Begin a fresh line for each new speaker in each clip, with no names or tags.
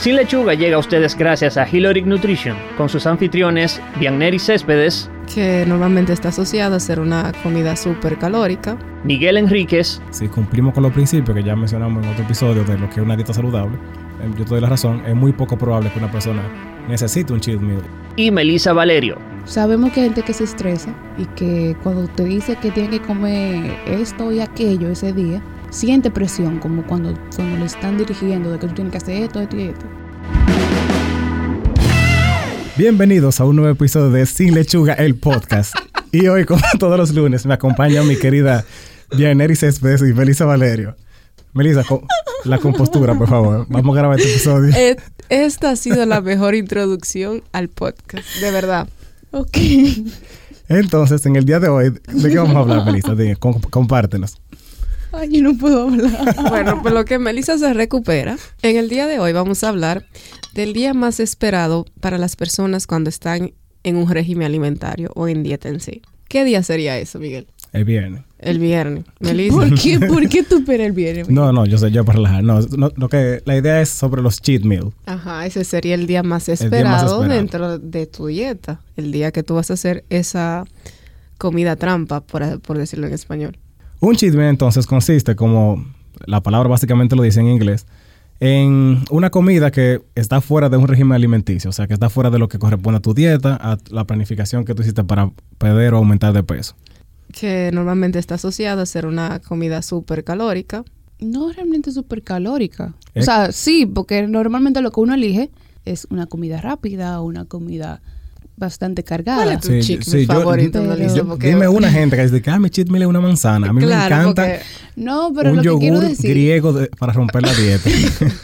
Sin Lechuga llega a ustedes gracias a Hiloric Nutrition, con sus anfitriones Vianney Céspedes,
que normalmente está asociada a ser una comida súper calórica.
Miguel Enríquez,
Si cumplimos con los principios que ya mencionamos en otro episodio de lo que es una dieta saludable, eh, yo te doy la razón, es muy poco probable que una persona necesite un cheat meal.
y Melissa Valerio.
Sabemos que hay gente que se estresa y que cuando te dice que tiene que comer esto y aquello ese día, siente presión, como cuando, cuando le están dirigiendo de que tú tienes que hacer esto, esto y esto.
Bienvenidos a un nuevo episodio de Sin Lechuga, el podcast. Y hoy, como todos los lunes, me acompaña mi querida Vianeri Céspedes y Melissa Valerio. Melissa, co- la compostura, por favor. Vamos a grabar este episodio.
Eh, Esta ha sido la mejor introducción al podcast, de verdad.
Ok.
Entonces, en el día de hoy, ¿de qué vamos a hablar, Melissa? Dime, com- compártenos.
Ay, yo no puedo hablar.
Bueno, por lo que Melissa se recupera, en el día de hoy vamos a hablar del día más esperado para las personas cuando están en un régimen alimentario o en dieta en sí. ¿Qué día sería eso, Miguel?
El viernes.
El viernes. Melissa.
¿Por qué, ¿Por qué tú esperas el viernes?
No, no, yo sé, yo para relajar. No, no, lo que, la idea es sobre los cheat meal.
Ajá, ese sería el día más
día más
esperado,
esperado.
dentro de tu dieta. El día que tú vas a hacer esa comida trampa, por, por decirlo en español.
Un cheat meal entonces consiste, como la palabra básicamente lo dice en inglés, en una comida que está fuera de un régimen alimenticio, o sea, que está fuera de lo que corresponde a tu dieta, a la planificación que tú hiciste para perder o aumentar de peso.
que normalmente está asociado a ser una comida súper calórica.
No realmente súper calórica.
Eh.
O sea, sí, porque normalmente lo que uno elige es una comida rápida, una comida bastante cargada.
¿Cuál es tu
Sí,
cheat
sí,
meal
yo-
favorito,
yo-
Melissa?
yo-
Porque-
Dime una gente que dice que ah, mi cheat meal es una manzana. A mí
Claro,
me encanta
No, pero
un
lo que quiero
yogur
decir.
griego de- para romper la dieta.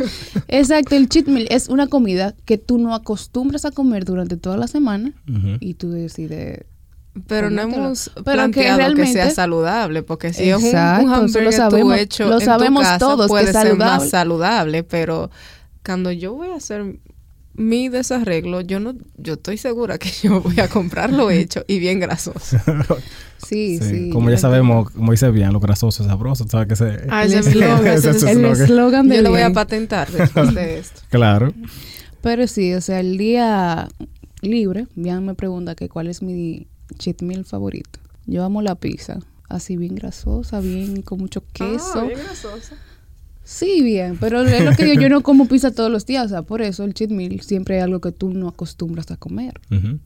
Exacto, el cheat meal es una comida que tú no acostumbras a comer durante toda la semana
Ujú.
y tú decides.
Pero no
Cómetelo.
hemos
Pero que
planteado que,
realmente-
sea saludable, porque si es un-
Exacto,
un,
eso lo
hamburger tú
sabemos,
hecho
lo
en tu
sabemos
casa,
todos que
puede
es
ser más
saludable.
saludable, pero cuando yo voy a hacer mi desarreglo, yo no yo estoy segura que yo voy a comprarlo hecho y bien grasoso.
Sí,
Sí, sí.
como ya sabemos, como dice bien, lo grasoso es sabroso, ¿sabes qué se-
Ah,
ese
ese
eslogan,
es su
ese
El
eslogan.
eslogan de.
Yo lo voy a
bien.
patentar después de esto.
Claro.
Pero sí, o sea, el día libre, Bian me pregunta que cuál es mi cheat meal favorito. Yo amo la pizza, así bien grasosa, bien con mucho queso. Sí, bien, pero es lo que digo, yo no como pizza todos los días, o sea, por eso el cheat meal siempre es algo que tú no acostumbras a comer.
Ujú.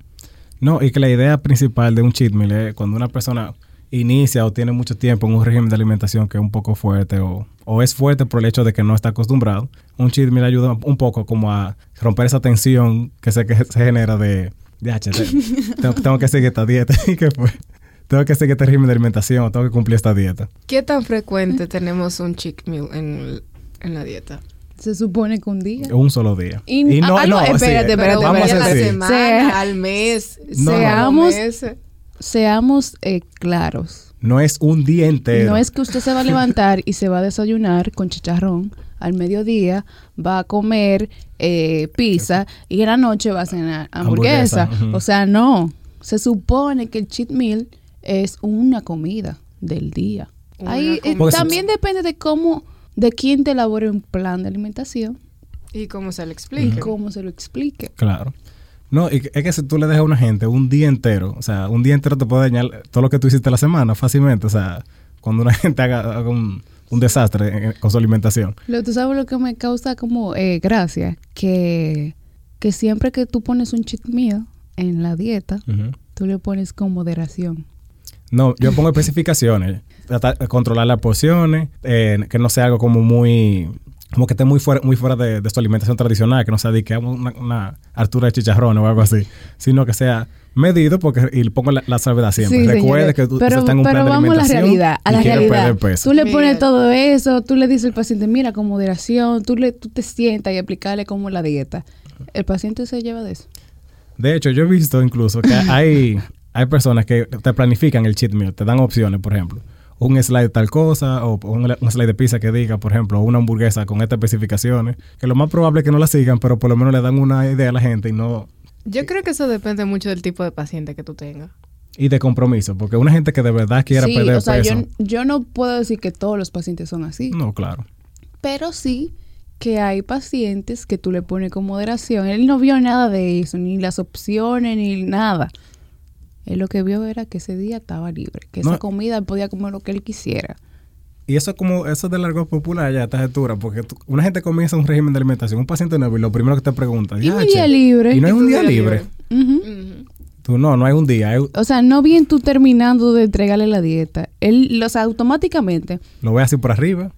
No, y que la idea principal de un cheat meal es cuando una persona inicia o tiene mucho tiempo en un régimen de alimentación que es un poco fuerte o, o es fuerte por el hecho de que no está acostumbrado, un cheat meal ayuda un poco como a romper esa tensión que se, que se genera de, de "Ah, che, te- tengo, tengo que seguir esta dieta. ¿Y qué fue? Tengo que seguir este régimen de alimentación o tengo que cumplir esta dieta.
¿Qué tan frecuente tenemos un cheat meal en, en la dieta?
Se supone que un día.
Un solo día.
Y- ah, no,
Oh, sí, eh,
espérate, espérate,
vamos a
a
hacer
espérate.
la
así.
semana,
Se-
al mes,
No, no.
Seamos-
meses.
Seamos eh, claros.
No es un día entero.
No es que usted se va a levantar y se va a desayunar con chicharrón. Al mediodía va a comer eh, pizza y en la noche va a cenar hamburguesa.
Hamburguesa, ujú.
O sea, no. Se supone que el cheat meal es una comida del día.
Una
Ahí, eh,
comida.
también depende de cómo, de quién te elabore un plan de alimentación
¿Y cómo se le explica?
y cómo se lo explique.
Claro. No, y que- es que si tú le dejas a una gente un día entero, o sea, un día entero te puede dañar todo lo que tú hiciste la semana fácilmente. O sea, cuando una gente haga, haga un, un desastre en- con su alimentación.
Lo, ¿Tú sabes lo que me causa como eh, gracia? Que, que siempre que tú pones un cheat meal en la dieta, tú le pones con moderación.
No, yo pongo especificaciones. Tratar de controlar las porciones, eh, que no sea algo como muy... Como que esté muy fuera, muy fuera de, de su alimentación tradicional, que no sea de que hago una, una altura de chicharrón o algo así, sino que sea medido porque y le pongo la, la salvedad siempre.
Sí,
Recuerde
señores.
que tú
pero,
estás en un
pero
plan de
vamos a la
alimentación
realidad, a
y
la
quiere
realidad.
perder peso.
Tú le
Mira.
pones todo eso, tú le dices al paciente, mira, con moderación, tú, le, tú te sientas y aplicarle como la dieta. El paciente se lleva de eso.
De hecho, yo he visto incluso que hay, hay personas que te planifican el cheat meal, te dan opciones, por ejemplo. Un slide de tal cosa, o un, un slide de pizza que diga, por ejemplo, una hamburguesa con estas especificaciones, que lo más probable es que no la sigan, pero por lo menos le dan una idea a la gente y no
Yo creo que eso depende mucho del tipo de paciente que tú tengas.
y de compromiso, porque una gente que de verdad quiera
sí,
perder
o sea,
peso.
yo, yo no puedo decir que todos los pacientes son así,
No, claro.
pero sí que hay pacientes que tú le pones con moderación. Él no vio nada de eso, ni las opciones, ni nada. Él lo que vio era que ese día estaba libre, que esa
No.
comida él podía comer lo que él quisiera.
Y eso es como, eso es de largo popular ya a estas alturas, porque tú- una gente comienza un régimen de alimentación, un paciente nuevo, y lo primero que te pregunta,
¿Y mi
"Yache,
día libre?
¿Y no hay
¿Y
un
tu
día
día
libre?
Ujú.
Tú, no, no hay un día, hay-
O sea, no bien tú terminando de entregarle la dieta. Él, o sea, automáticamente.
lo ve así por arriba.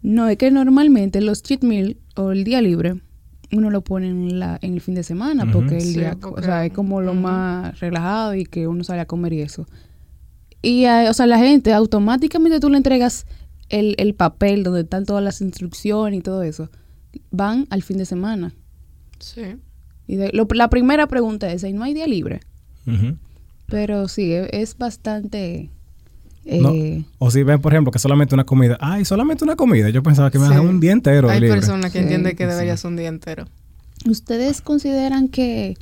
No, es que normalmente los cheat meal o el día libre, uno lo pone en, la, en el fin de semana,
Ujú.
porque el
Sí,
día,
porque-
o sea, es como lo más relajado y que uno sale a comer y eso. Y, eh, o sea, la gente, automáticamente tú le entregas el, el papel donde están todas las instrucciones y todo eso. Van al fin de semana.
Sí.
Y de- lo- la primera pregunta es, ¿y no hay día libre?
Ujú.
Pero sí, e- es, bastante... eh,
No. O si ven, por ejemplo, que solamente una comida. Ay, solamente una comida. Yo pensaba que me iban a
Sí.
dejar un día entero
Hay
libre.
personas que
Sí,
entienden que
sí.
debería ser un día entero.
¿Ustedes consideran que,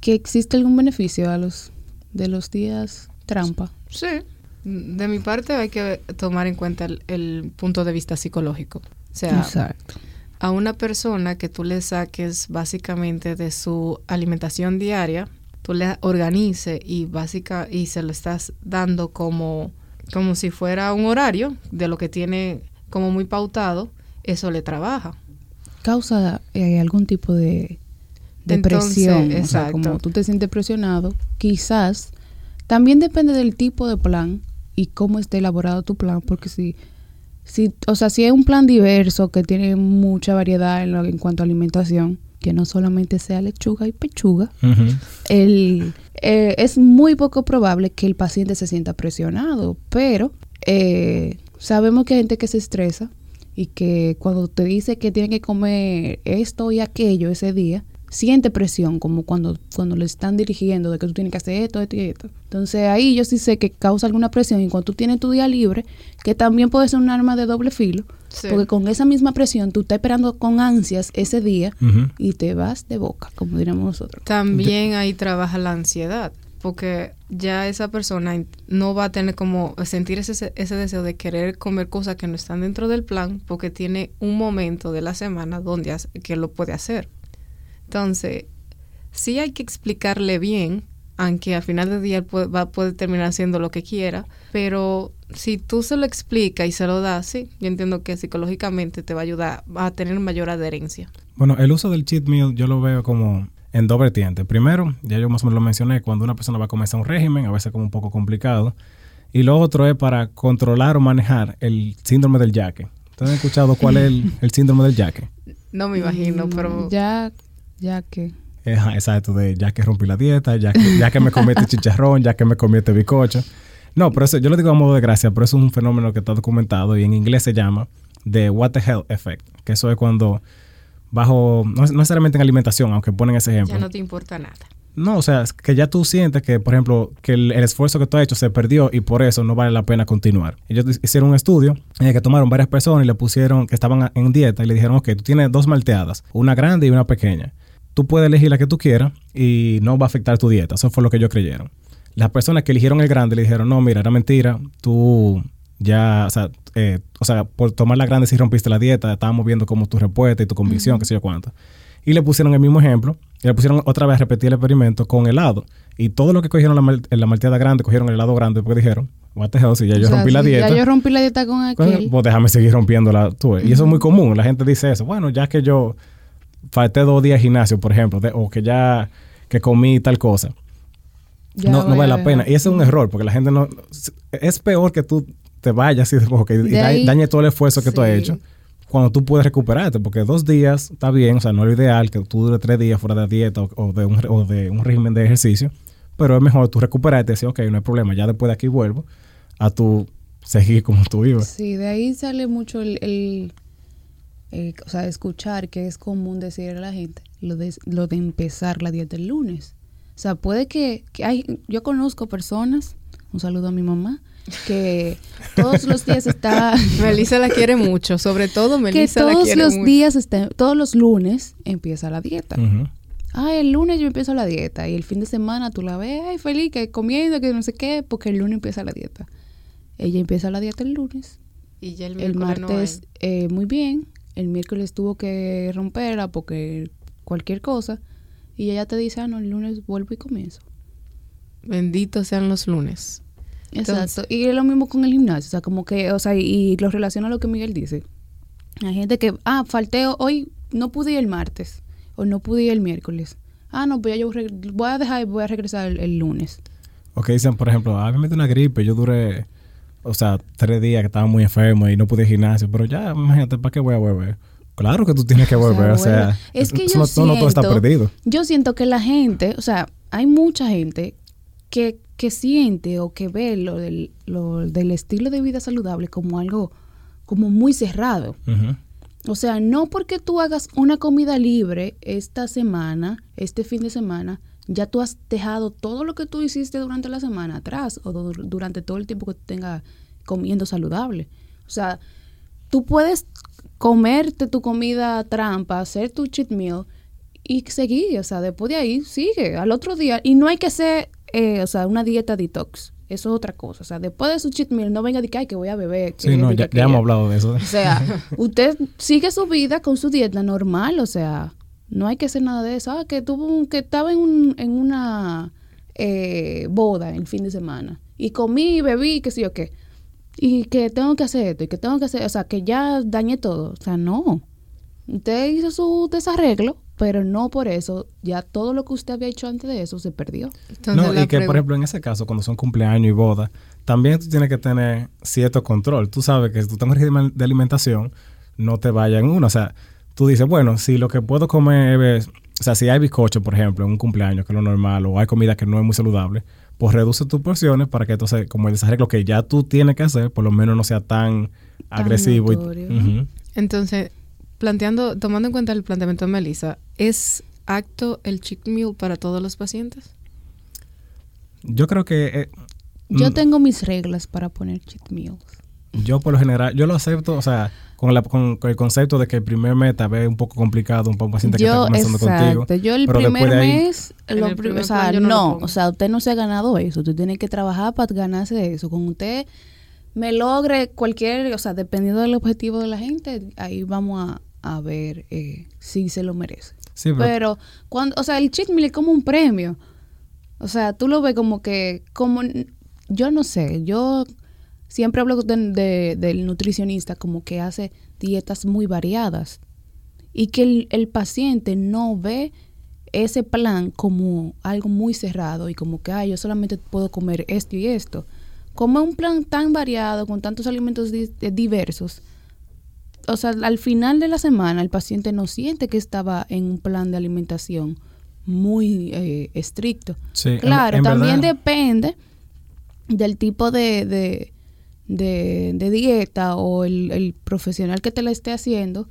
que existe algún beneficio a los de los días trampa?
Sí. De mi parte hay que tomar en cuenta el, el punto de vista psicológico. O sea,
Exacto.
a una persona que tú le saques básicamente de su alimentación diaria, tú le organices y básica y se lo estás dando como como si fuera un horario de lo que tiene como muy pautado, eso le trabaja.
Causa eh, algún tipo de depresión.
Entonces,
o sea,
exacto.
como tú te sientes presionado, quizás también depende del tipo de plan y cómo esté elaborado tu plan, porque si, si o sea, si es un plan diverso que tiene mucha variedad en, lo- en cuanto a alimentación, que no solamente sea lechuga y pechuga,
Ujú.
el, eh, es muy poco probable que el paciente se sienta presionado, pero eh, sabemos que hay gente que se estresa y que cuando te dice que tiene que comer esto y aquello ese día, siente presión, como cuando, cuando le están dirigiendo de que tú tienes que hacer esto, esto y esto. Entonces ahí yo sí sé que causa alguna presión y cuando tú tienes tu día libre, que también puede ser un arma de doble filo,
Sí.
porque con esa misma presión tú estás esperando con ansias ese día
Ujú.
y te vas de boca, como diríamos nosotros.
También ahí trabaja la ansiedad, porque ya esa persona in- no va a tener como sentir ese, ese deseo de querer comer cosas que no están dentro del plan, porque tiene un momento de la semana donde hace- que lo puede hacer. Entonces, sí hay que explicarle bien, aunque al final del día él puede, va, puede terminar haciendo lo que quiera, pero si tú se lo explicas y se lo das, sí, yo entiendo que psicológicamente te va a ayudar a tener mayor adherencia.
Bueno, el uso del cheat meal yo lo veo como en dos vertientes. Primero, ya yo más o menos lo mencioné, cuando una persona va a comenzar un régimen, a veces como un poco complicado. Y lo otro es para controlar o manejar el síndrome del yaque. ¿Ustedes han escuchado cuál es el, el síndrome del yaque?
No me imagino,
Mm,
pero...
Ya, ya que.
Ajá, exacto, de ya que rompí la dieta, ya que, ya que me comí este chicharrón, ya que me comí este bizcocho. No, pero eso, yo lo digo a modo de gracia, pero eso es un fenómeno que está documentado y en inglés se llama The What the Hell Effect, que eso es cuando bajo, no, no necesariamente en alimentación, aunque ponen ese ejemplo.
Ya no te importa nada.
No, o sea, es que ya tú sientes que, por ejemplo, que el, el esfuerzo que tú has hecho se perdió y por eso no vale la pena continuar. Ellos dis- hicieron un estudio en el que tomaron varias personas y le pusieron que estaban a- en dieta y le dijeron, ok, tú tienes dos malteadas, una grande y una pequeña. Tú puedes elegir la que tú quieras y no va a afectar tu dieta. Eso fue lo que ellos creyeron. Las personas que eligieron el grande le dijeron, no, mira, era mentira, tú ya, o sea, eh, o sea, por tomar la grande sí rompiste la dieta, estábamos viendo como tu respuesta y tu convicción, qué sé yo cuánto. Y le pusieron el mismo ejemplo. Y le pusieron otra vez a repetir el experimento con helado. Y todo lo que cogieron la, mal- la malteada grande, cogieron el helado grande porque dijeron, what the hell, si ya yo
O sea,
rompí la
si
dieta.
Ya yo rompí la dieta con
Pues,
aquel.
pues, déjame seguir rompiéndola tú. ves. Y eso es muy común. La gente dice eso. Bueno, ya que yo falté dos días de gimnasio, por ejemplo, de- o que ya que comí tal cosa,
ya
no, no
voy a
vale la
dejar.
pena. Y ese es un error porque la gente no... Es peor que tú te vayas y, como que- y
De
da-
ahí-
dañe todo el esfuerzo que tú has
sí.
hecho cuando tú puedes recuperarte. Porque dos días está bien, o sea, no es lo ideal que tú dures tres días fuera de la dieta o, o de, un, re- o de un régimen de ejercicio. Pero es mejor tú recuperarte y decir, ok, no hay problema, ya después de aquí vuelvo a tu seguir como tú ibas.
Sí, de ahí sale mucho el, el- el- O sea, escuchar que es común decir a la gente lo de, lo de empezar la dieta el lunes. O sea, puede que, que hay. Yo conozco personas. Un saludo a mi mamá. Que todos los días está.
Melissa la quiere mucho, sobre todo
que
Melissa la
todos
quiere
los
mucho.
días está. Todos los lunes empieza la dieta.
Ujú.
Ah, el lunes yo empiezo la dieta y el fin de semana tú la ves, ay, feliz, que comiendo, que no sé qué, porque el lunes empieza la dieta. Ella empieza la dieta el lunes,
y ya el,
el
miércoles no
martes eh, muy bien, el miércoles tuvo que romperla porque cualquier cosa. Y ella te dice, ah, no, el lunes vuelvo y comienzo.
Benditos sean los lunes.
Exacto. y es lo mismo con el gimnasio. O sea, como que, o sea, y lo relaciona a lo que Miguel dice. Hay gente que, ah, falté hoy, no pude ir el martes. O no pude ir el miércoles. Ah, no, pues ya yo reg- voy a dejar y voy a regresar el, el lunes.
O que dicen, por ejemplo, "Ah, a mí me dio una gripe, yo duré, o sea, tres días que estaba muy enfermo y no pude ir al gimnasio, pero ya, imagínate, ¿para qué voy a volver? Claro que tú tienes que volver, o sea,
bueno, es que yo
no, no todo está
siento-
perdido.
Yo siento que la gente, o sea, hay mucha gente que, que siente o que ve lo del, lo del estilo de vida saludable como algo como muy cerrado.
Ujú.
O sea, no porque tú hagas una comida libre esta semana, este fin de semana, ya tú has dejado todo lo que tú hiciste durante la semana atrás o du- durante todo el tiempo que tú tengas comiendo saludable. O sea, tú puedes comerte tu comida trampa, hacer tu cheat meal y seguir. O sea, después de ahí sigue al otro día. Y no hay que hacer, eh, o sea, una dieta detox. Eso es otra cosa. O sea, después de su cheat meal, no venga de que, "Ay, que voy a beber. que
Sí, no,
esto y
ya,
que
ya hemos
aquello".
hablado de eso.
O sea, usted sigue su vida con su dieta normal, o sea, no hay que hacer nada de eso. Ah, que tuvo un- que estaba en, un- en una eh, boda el fin de semana y comí, bebí, qué sé yo qué. Y que tengo que hacer esto y que tengo que hacer, o sea, que ya dañé todo. O sea, no. Usted hizo su desarreglo, pero no por eso ya todo lo que usted había hecho antes de eso se perdió.
Entonces,
no,
la
y que por
pregu-
ejemplo en ese caso, cuando son cumpleaños y bodas, también tú tienes que tener cierto control. Tú sabes que si tú tienes un régimen de alimentación, no te vaya en uno. O sea, tú dices, bueno, si lo que puedo comer es, o sea, si hay bizcocho, por ejemplo, en un cumpleaños, que es lo normal, o hay comida que no es muy saludable, pues reduce tus porciones para que entonces, como el desarreglo que ya tú tienes que hacer, por lo menos no sea tan, agresivo. y-
notorio.
Ujú.
Entonces, planteando, tomando en cuenta el planteamiento de Melissa, ¿es acto el cheat meal para todos los pacientes?
Yo creo que... eh,
Yo
mm,
tengo mis reglas para poner cheat meals.
Yo por lo general, yo lo acepto, o sea, con, la, con, con el concepto de que el primer mes tal vez es un poco complicado, un poco paciente que está comenzando
exacto.
contigo.
Yo el
pero después
primer
de ahí-
mes,
En
lo
el
pri-
primer
o sea,
plan yo
no,
no lo pongo.
o sea, usted no se ha ganado eso, usted tiene que trabajar para ganarse eso. Con usted me logre cualquier, o sea, dependiendo del objetivo de la gente, ahí vamos a, a ver eh, si se lo merece.
Sí, pero,
Pero cuando, o sea, el cheat meal es como un premio. O sea, tú lo ves como que, como, yo no sé, yo siempre hablo de- de- del nutricionista como que hace dietas muy variadas y que el, el paciente no ve ese plan como algo muy cerrado y como que, ay, yo solamente puedo comer esto y esto. Como un plan tan variado, con tantos alimentos di- eh, diversos, o sea, al final de la semana el paciente no siente que estaba en un plan de alimentación muy eh, estricto.
sí, en-
Claro,
en
también
verdad-
depende del tipo de, de, de- de dieta o el, el profesional que te la esté haciendo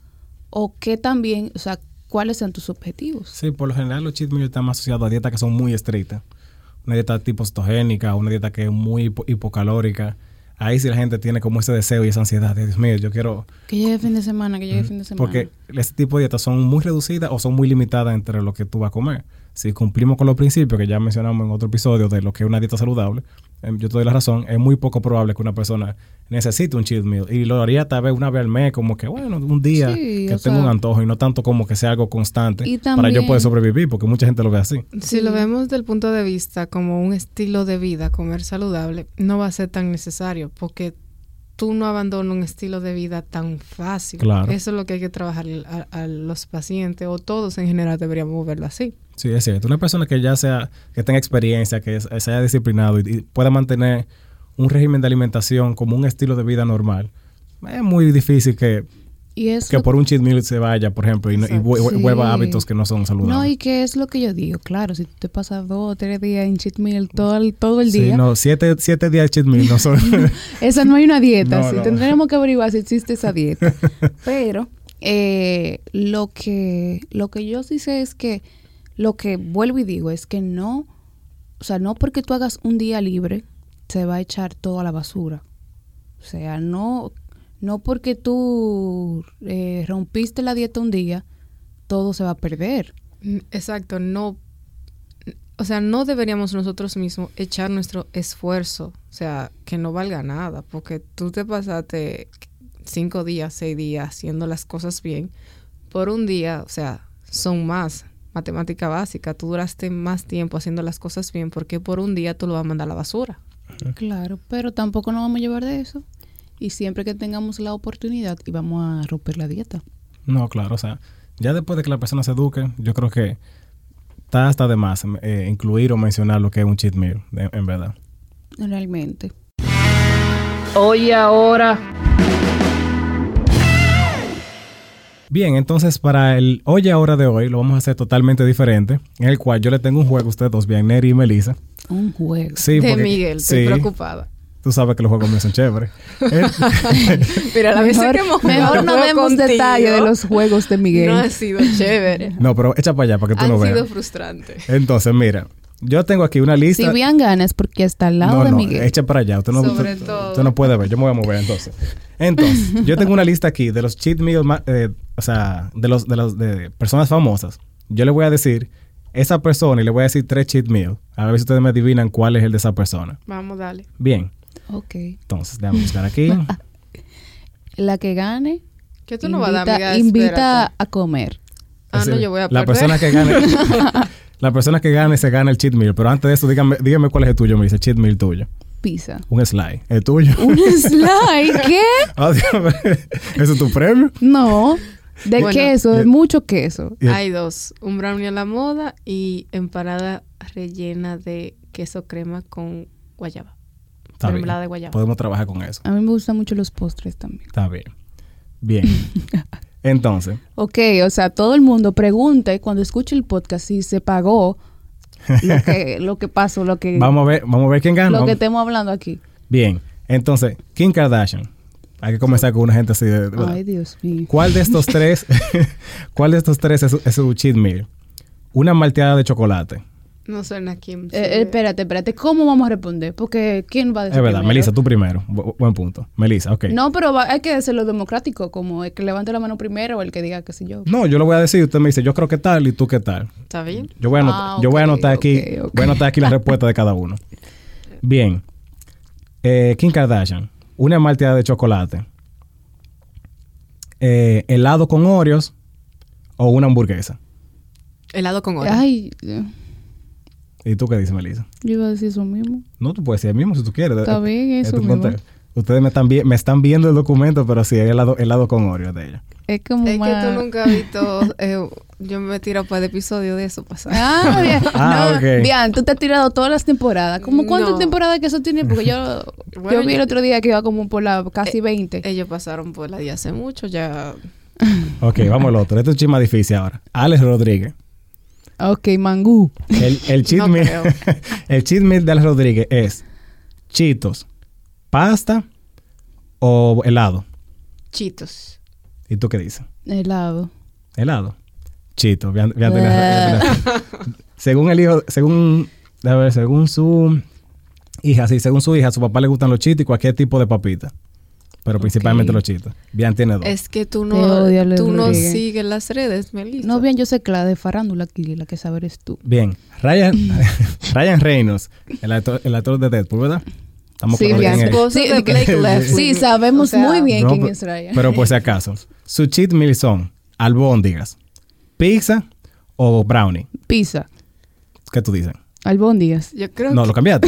o que también, o sea, cuáles son tus objetivos.
Sí, por lo general los cheat meals están más asociados a dietas que son muy estrictas. Una dieta tipo cetogénica, una dieta que es muy hipo- hipocalórica. Ahí sí la gente tiene como ese deseo y esa ansiedad de, Dios mío, yo quiero...
Que llegue el fin de semana, que llegue el fin de semana.
Mm. Porque ese tipo de dietas son muy reducidas o son muy limitadas entre lo que tú vas a comer. Si cumplimos con los principios que ya mencionamos en otro episodio de lo que es una dieta saludable, eh, yo te doy la razón, es muy poco probable que una persona necesite un cheat meal. Y lo haría tal vez una vez al mes, como que bueno, un día
Sí,
que
o
tengo
sea.
un antojo y no tanto como que sea algo constante
Y
para yo
también-
poder sobrevivir, porque mucha gente lo ve así.
Si lo vemos del punto de vista como un estilo de vida, comer saludable, no va a ser tan necesario porque tú no abandonas un estilo de vida tan fácil.
Claro.
Eso es lo que hay que trabajar a, a los pacientes o todos en general deberíamos verlo así.
Sí, es cierto. Una persona que ya sea, que tenga experiencia, que es- se haya disciplinado y, y pueda mantener un régimen de alimentación como un estilo de vida normal, es muy difícil que
y es
que
lo-
por un cheat meal se vaya, por ejemplo, y, no- y vue-
Exacto.
vuelva a
Sí.
hábitos que no son saludables.
No, y que es lo que yo digo, claro, si tú te pasas dos o tres días en cheat meal todo el, todo el
Sí,
día,
no, siete, siete días de cheat meal no son...
Esa no hay una dieta,
No,
sí.
no.
Tendremos que averiguar si existe esa dieta. Pero eh, lo, que, lo que yo sí sé es que, lo que vuelvo y digo es que no, o sea, no porque tú hagas un día libre, se va a echar todo a la basura. O sea, no, no porque tú eh, rompiste la dieta un día, todo se va a perder.
N- Mm, Exacto, no. O sea, no deberíamos nosotros mismos echar nuestro esfuerzo, o sea, que no valga nada, porque tú te pasaste cinco días, seis días haciendo las cosas bien, por un día, o sea, son más. Matemática básica, tú duraste más tiempo haciendo las cosas bien porque por un día tú lo vas a mandar a la basura.
Claro, pero tampoco nos vamos a llevar de eso. Y siempre que tengamos la oportunidad, y vamos a romper la dieta.
No, claro, o sea, ya después de que la persona se eduque, yo creo que está hasta de más eh, incluir o mencionar lo que es un cheat meal, de- en verdad.
Realmente.
Hoy ahora.
Bien, entonces para el hoy y ahora de hoy lo vamos a hacer totalmente diferente, en el cual yo le tengo un juego a ustedes dos, Bianeri y Melissa.
Un juego.
Sí,
de
porque-
Miguel,
sí,
estoy preocupada.
tú sabes que los juegos míos son chéveres. Eh,
Mira, la vez
Mejor,
que hemos
mejor
jugado
no demos
contigo,
detalle de los juegos de Miguel.
No ha sido chévere.
no, pero echa para allá para que tú
Han
pues lo
sido
veas.
frustrante.
Entonces, mira, yo tengo aquí una lista.
si bien ganas, porque está al lado
no,
de
no,
Miguel.
echa para allá. Usted no,
Sobre
usted-
todo.
usted no puede ver. Yo me voy a mover entonces. Entonces, yo tengo una lista aquí de los cheat meals, ma- eh, o sea, de los de las de personas famosas. Yo le voy a decir esa persona y le voy a decir tres cheat meals. A ver si ustedes me adivinan cuál es el de esa persona.
Vamos, dale.
Bien,
Ok.
entonces, déjame buscar aquí.
La que gane,
Que tú no vas a
invita,
dar, amiga.
invita
espérate.
a comer.
Ah,
Así-
no, yo voy a
La
perder.
persona que gane, la persona que gane se gana el cheat meal. Pero antes de eso, dígame, dígame cuál es el tuyo, me dice cheat meal tuyo.
Pizza.
Un slide. ¿El tuyo?
¿Un slide? ¿Qué?
Ah, ¿Eso es tu premio?
No. De
Bueno.
queso, de mucho queso.
Y el-
Hay dos. Un brownie a la moda y empanada rellena de queso crema con guayaba.
Está bien.
mermelada de guayaba.
Podemos trabajar con eso.
A mí me gustan mucho los postres también.
Está bien. Bien. Entonces,
Ok, o sea, todo el mundo pregunte cuando escuche el podcast si se pagó lo que, lo que pasó, lo que,
vamos a ver, vamos a ver quién gana.
lo que
Vamos-
estemos hablando aquí.
Bien. Entonces, Kim Kardashian. Hay que comenzar con una gente así de. de-
Ay, Dios mío.
¿Cuál de estos tres, cuál de estos tres es, su- es su cheat meal? Una malteada de chocolate.
No suena Kim.
Eh, eh, espérate, espérate. ¿Cómo vamos a responder? Porque ¿quién va a
Es
decir
verdad,
Ah, primero?
Melissa, tú primero. Bu- buen punto. Melissa, ok.
No, pero va- hay que hacerlo democrático, como el que levante la mano primero o el que diga qué sé yo.
Mm,
No, yo lo voy a decir. Usted me dice, yo creo que tal y tú qué tal.
¿Está bien?
Yo voy a anotar,
Ah,
yo voy a
ok,
anotar aquí,
ok, ok.
voy a anotar aquí la respuesta de cada uno. Bien. Eh, Kim Kardashian, una malteada de chocolate. Eh, helado con Oreos o una hamburguesa.
Helado con oro.
Ay, eh,
¿Y tú qué dices, Melissa?
yo iba a decir eso mismo.
No, tú puedes decir el mismo si tú quieres.
Está
Eh,
bien,
eh,
eso
tú
mismo.
conta- Ustedes me están, vi- me están viendo el documento, pero sí, hay helado, helado con Oreos de ella.
Es como
Es que
más...
tú nunca has visto. eh, yo me tiro para el episodio de eso pues, pasar.
Ah, bien.
Ah,
no,
ok.
Dian, tú te has tirado todas las temporadas. ¿Cómo cuántas
No.
temporadas que eso tiene? Porque yo,
Bueno,
yo vi el
yo- Eh,
otro día que iba como por la casi 20.
Ellos pasaron por la día hace mucho, ya.
Ok, vamos al otro. Esto es un chisme difícil ahora. Alex Rodríguez.
ok, mangú.
El, el cheat
No
meal-
creo.
el cheat meal de Alex Rodríguez es chitos, pasta o helado.
Chitos.
¿Y tú qué dices?
Helado.
Helado. Chito. vean- vean de la- vean
Eh.
de la- según el hijo, según, a ver, según su hija, sí, según su hija, a su papá le gustan los chitos y cualquier tipo de papita. Pero principalmente
Ok.
los chitos. Bien tiene dos.
Es que tú no,
Te odio, Luis
tú no
Rodríguez.
sigues las redes, Melissa.
No, bien, yo sé que la de farándula aquí, la que saber es tú.
Bien. Ryan, Ryan Reynolds, el actor, el actor de Deadpool, ¿verdad? Estamos
Sí,
claros
bien.
quién es.
Esposo
Sí,
de Blake Lively.
sí, sabemos muy bien
No,
quién
pe-
es Ryan.
Pero por si acaso, su cheat meal son albóndigas, pizza o brownie.
Pizza.
¿Qué tú dices?
Albóndigas.
Yo creo
No,
que
lo cambiaste.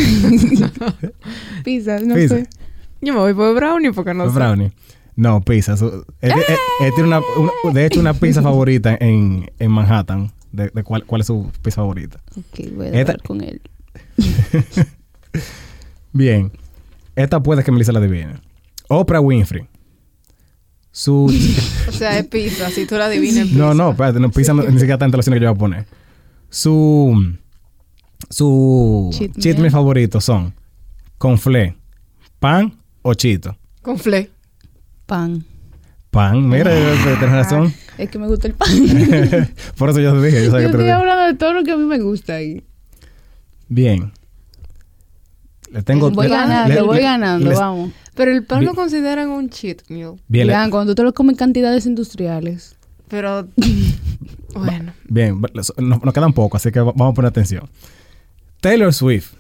Pizza, no
Pizza.
sé.
yo me voy por brownie porque no
Los
sé.
brownie. No, pizza. Su- él, él- él tiene una, una- de hecho, una pizza favorita en, en Manhattan. De, de cuál, ¿Cuál es su pizza favorita?
Ok, voy a
Esta-
hablar con él.
Bien. Esta puede que Melissa la adivine. Oprah Winfrey. Su...
O sea, es pizza, si tú la adivinas. es
No,
pizza.
no, espérate. No, pizza no- ni siquiera está entre las opciones que yo voy a poner. Su... Su...
Cheat
Cheat
meal.
meal favorito son... Conflé. Pan o chito.
Con fle.
Pan.
Pan. Mira, tienes razón.
Es que me gusta el pan.
Por eso yo te dije. Yo
yo
sabía que tú
estoy
lo-
hablando de todo lo que a mí me gusta ahí.
Bien. Le tengo...
Voy
le-
ganando,
le-
voy
le-
ganando,
les-
vamos.
Pero el pan
Bi-
lo consideran un cheat meal.
Bien, le-
Vean, cuando tú te lo comes en cantidades industriales.
Pero. bueno.
bien. va- les- Nos, nos quedan poco, así que va- vamos a poner atención. Taylor Swift.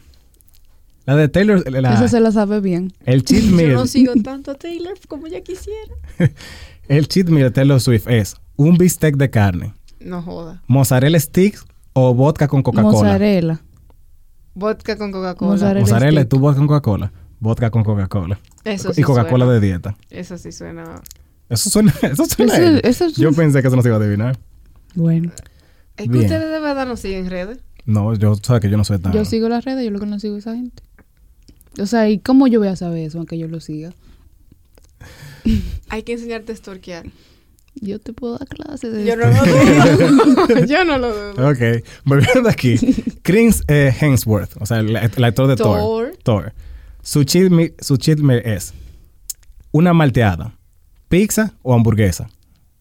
La de Taylor. la-
Eso se lo sabe bien.
el cheat
Yo
meal.
no sigo tanto a Taylor como ya quisiera.
el cheat meal de Taylor Swift es un bistec de carne,
No joda.
mozzarella sticks o vodka con Coca-Cola.
Mozzarella.
Vodka con Coca-Cola.
Mozzarella.
Mozzarella,
stick.
tú vodka con Coca-Cola. Vodka con Coca-Cola.
Eso sí
y Coca-Cola
suena.
de dieta.
Eso sí suena.
Eso suena. Eso suena.
Eso-
él.
eso es-
Yo pensé que eso no se iba a adivinar.
Bueno.
Es que
Bien.
ustedes de verdad no siguen redes.
No, yo sabes que yo no soy tan.
Yo sigo las redes, yo lo que no sigo es a esa gente. O sea, ¿y cómo yo voy a saber eso aunque yo lo siga?
Hay que enseñarte a stalkear.
Yo te puedo dar clases de
Yo
esto.
no lo dudo. Yo no lo dudo.
Ok, volviendo aquí. Chris eh, Hemsworth, o sea, el, el actor de Thor.
Thor.
Thor. Su cheat meal- su cheat meal es una malteada, pizza o hamburguesa.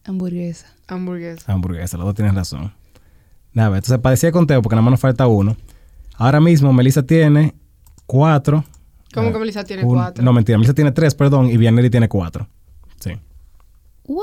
Hamburguesa.
Ah.
Hamburguesa.
Hamburguesa, los dos tienes razón. Nada, entonces parecía conteo porque nada más nos falta uno. Ahora mismo Melissa tiene cuatro.
¿Cómo
Eh,
que Melissa tiene
un-
cuatro?
No, mentira, Melissa tiene tres, perdón, y Vianeri tiene cuatro. Sí.
What?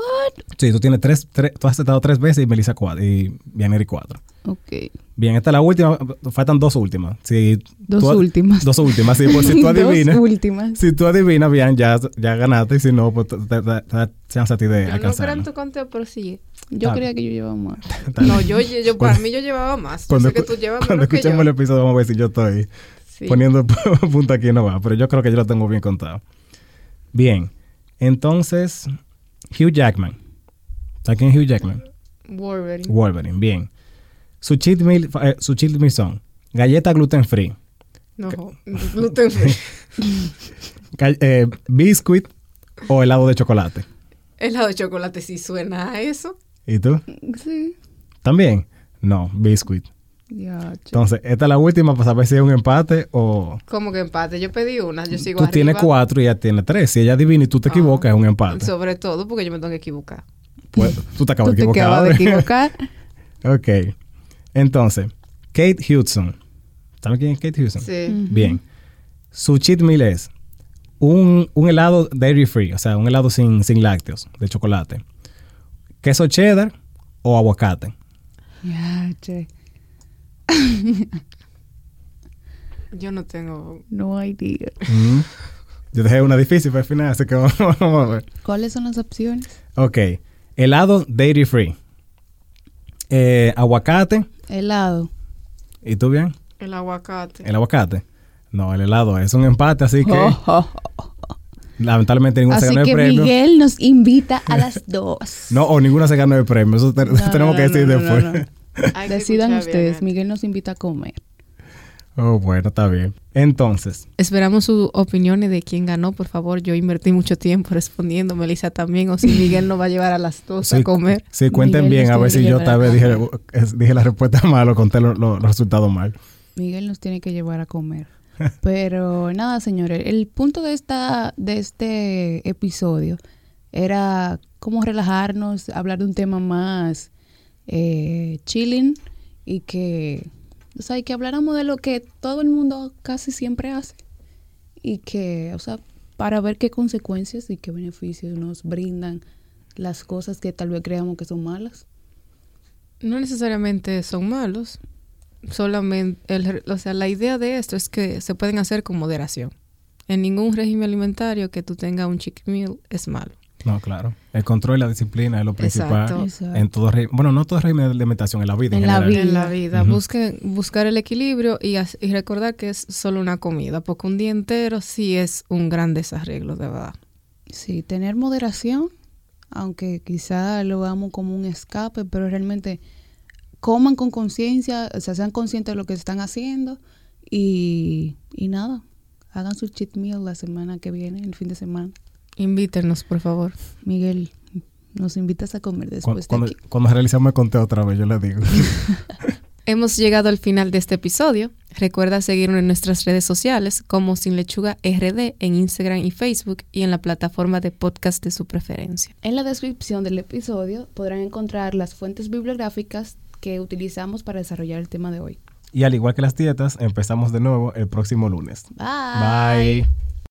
Sí, tú tienes tres, tres- tú has aceptado tres veces y Melissa cuatro, y Vianeri cuatro.
Ok.
Bien, esta es la última. Faltan dos últimas. Si
Dos
tú-
últimas.
Dos últimas, sí. Pues si tú
Dos
adivinas.
últimas.
si tú adivinas, bien, ya, ya ganaste. Y si no, pues te te- te da chance a ti de
Yo no creo
alcanzar.
en tu conteo, pero sigue.
Yo
Ah.
creía que yo llevaba más.
No, yo, yo, yo- para mí yo llevaba más. Yo sé que tú llevas
cuando
menos que yo.
escuchemos el episodio, vamos a ver si yo estoy
Sí.
poniendo punto aquí no va. Pero yo creo que yo lo tengo bien contado. Bien. Entonces, Hugh Jackman. ¿Está quién es Hugh Jackman?
Wolverine.
Wolverine, bien. Su cheat meal, eh, su cheat meal son galleta gluten free.
No, jo- gluten free.
Ca- eh, biscuit o helado de chocolate.
Helado de chocolate sí suena a eso.
¿Y tú?
Sí.
¿También? No, biscuit.
Ya, che.
Entonces, esta es la última para saber si es un empate o...
Como que empate. Yo pedí una, yo sigo
tú
arriba.
tienes cuatro y ella tiene tres. Si ella adivina y tú te equivocas, es un empate.
Sobre todo porque yo me tengo que equivocar.
Pues, tú te acabas
Tú
de
te
equivocar.
acabas de
ahora.
equivocar.
ok. Entonces, Kate Hudson. ¿Saben quién es Kate Hudson?
Sí.
Bien. Su cheat meal es un, un helado dairy free, o sea, un helado sin, sin lácteos, de chocolate. Queso cheddar o aguacate.
Ya, che.
Yo no tengo...
No idea.
Mm. Yo dejé una difícil para el final, así que vamos, a ver.
¿Cuáles son las opciones?
Ok. Helado dairy free. Eh, aguacate.
Helado.
¿Y tú bien?
El aguacate.
¿El aguacate? No, el helado es un empate, así que
Oh, oh, oh.
lamentablemente ninguno se
Así
ganó el
que
premio.
Miguel nos invita a las dos.
No, o ninguno se ganó el premio. Eso te-
No,
tenemos
no,
que
no,
decir
no,
después.
no, no.
Hay que
Decidan
escuchar bien
ustedes.
esto.
Miguel nos invita a comer.
Oh, bueno, está bien. Entonces,
Esperamos sus opiniones de quién ganó, por favor. Yo invertí mucho tiempo respondiendo, Melissa también, o si Miguel nos va a llevar a las dos
sí,
a comer.
sí, cuenten
Miguel
bien a
nos
ver si
tiene que
yo
llevar a
tal vez dije,
comer.
es- dije la respuesta mal o conté lo- lo- los resultados mal.
Miguel nos tiene que llevar a comer. Pero nada, señores, el punto de esta de este episodio era cómo relajarnos, hablar de un tema más eh, chilling y que, o sea, y que habláramos de lo que todo el mundo casi siempre hace y que, o sea, para ver qué consecuencias y qué beneficios nos brindan las cosas que tal vez creamos que son malas.
No necesariamente son malos, solamente, el- o sea, la idea de esto es que se pueden hacer con moderación. En ningún régimen alimentario que tú tengas un cheat meal es malo.
No, claro. El control y la disciplina es lo principal.
Exacto.
Exacto.
En todo régimen. Bueno, no todo régimen de alimentación, en la vida. En,
En la
general.
vida.
En la vida,
Ujú.
busque- buscar el equilibrio y, as- y recordar que es solo una comida, porque un día entero sí es un gran desarreglo, de verdad.
Sí, tener moderación, aunque quizá lo hagamos como un escape, pero realmente coman con conciencia, o sea, sean conscientes de lo que están haciendo y, y nada, hagan su cheat meal la semana que viene, el fin de semana.
Invítenos, por favor.
Miguel, nos invitas a comer
Cu-
después
Cuando,
pues, de aquí.
cuando realizamos el conteo otra vez, yo le digo.
Hemos llegado al final de este episodio. Recuerda seguirnos en nuestras redes sociales como Sin Lechuga RD en Instagram y Facebook y en la plataforma de podcast de su preferencia.
En la descripción del episodio podrán encontrar las fuentes bibliográficas que utilizamos para desarrollar el tema de hoy.
y al igual que las dietas, empezamos de nuevo el próximo lunes. Bye.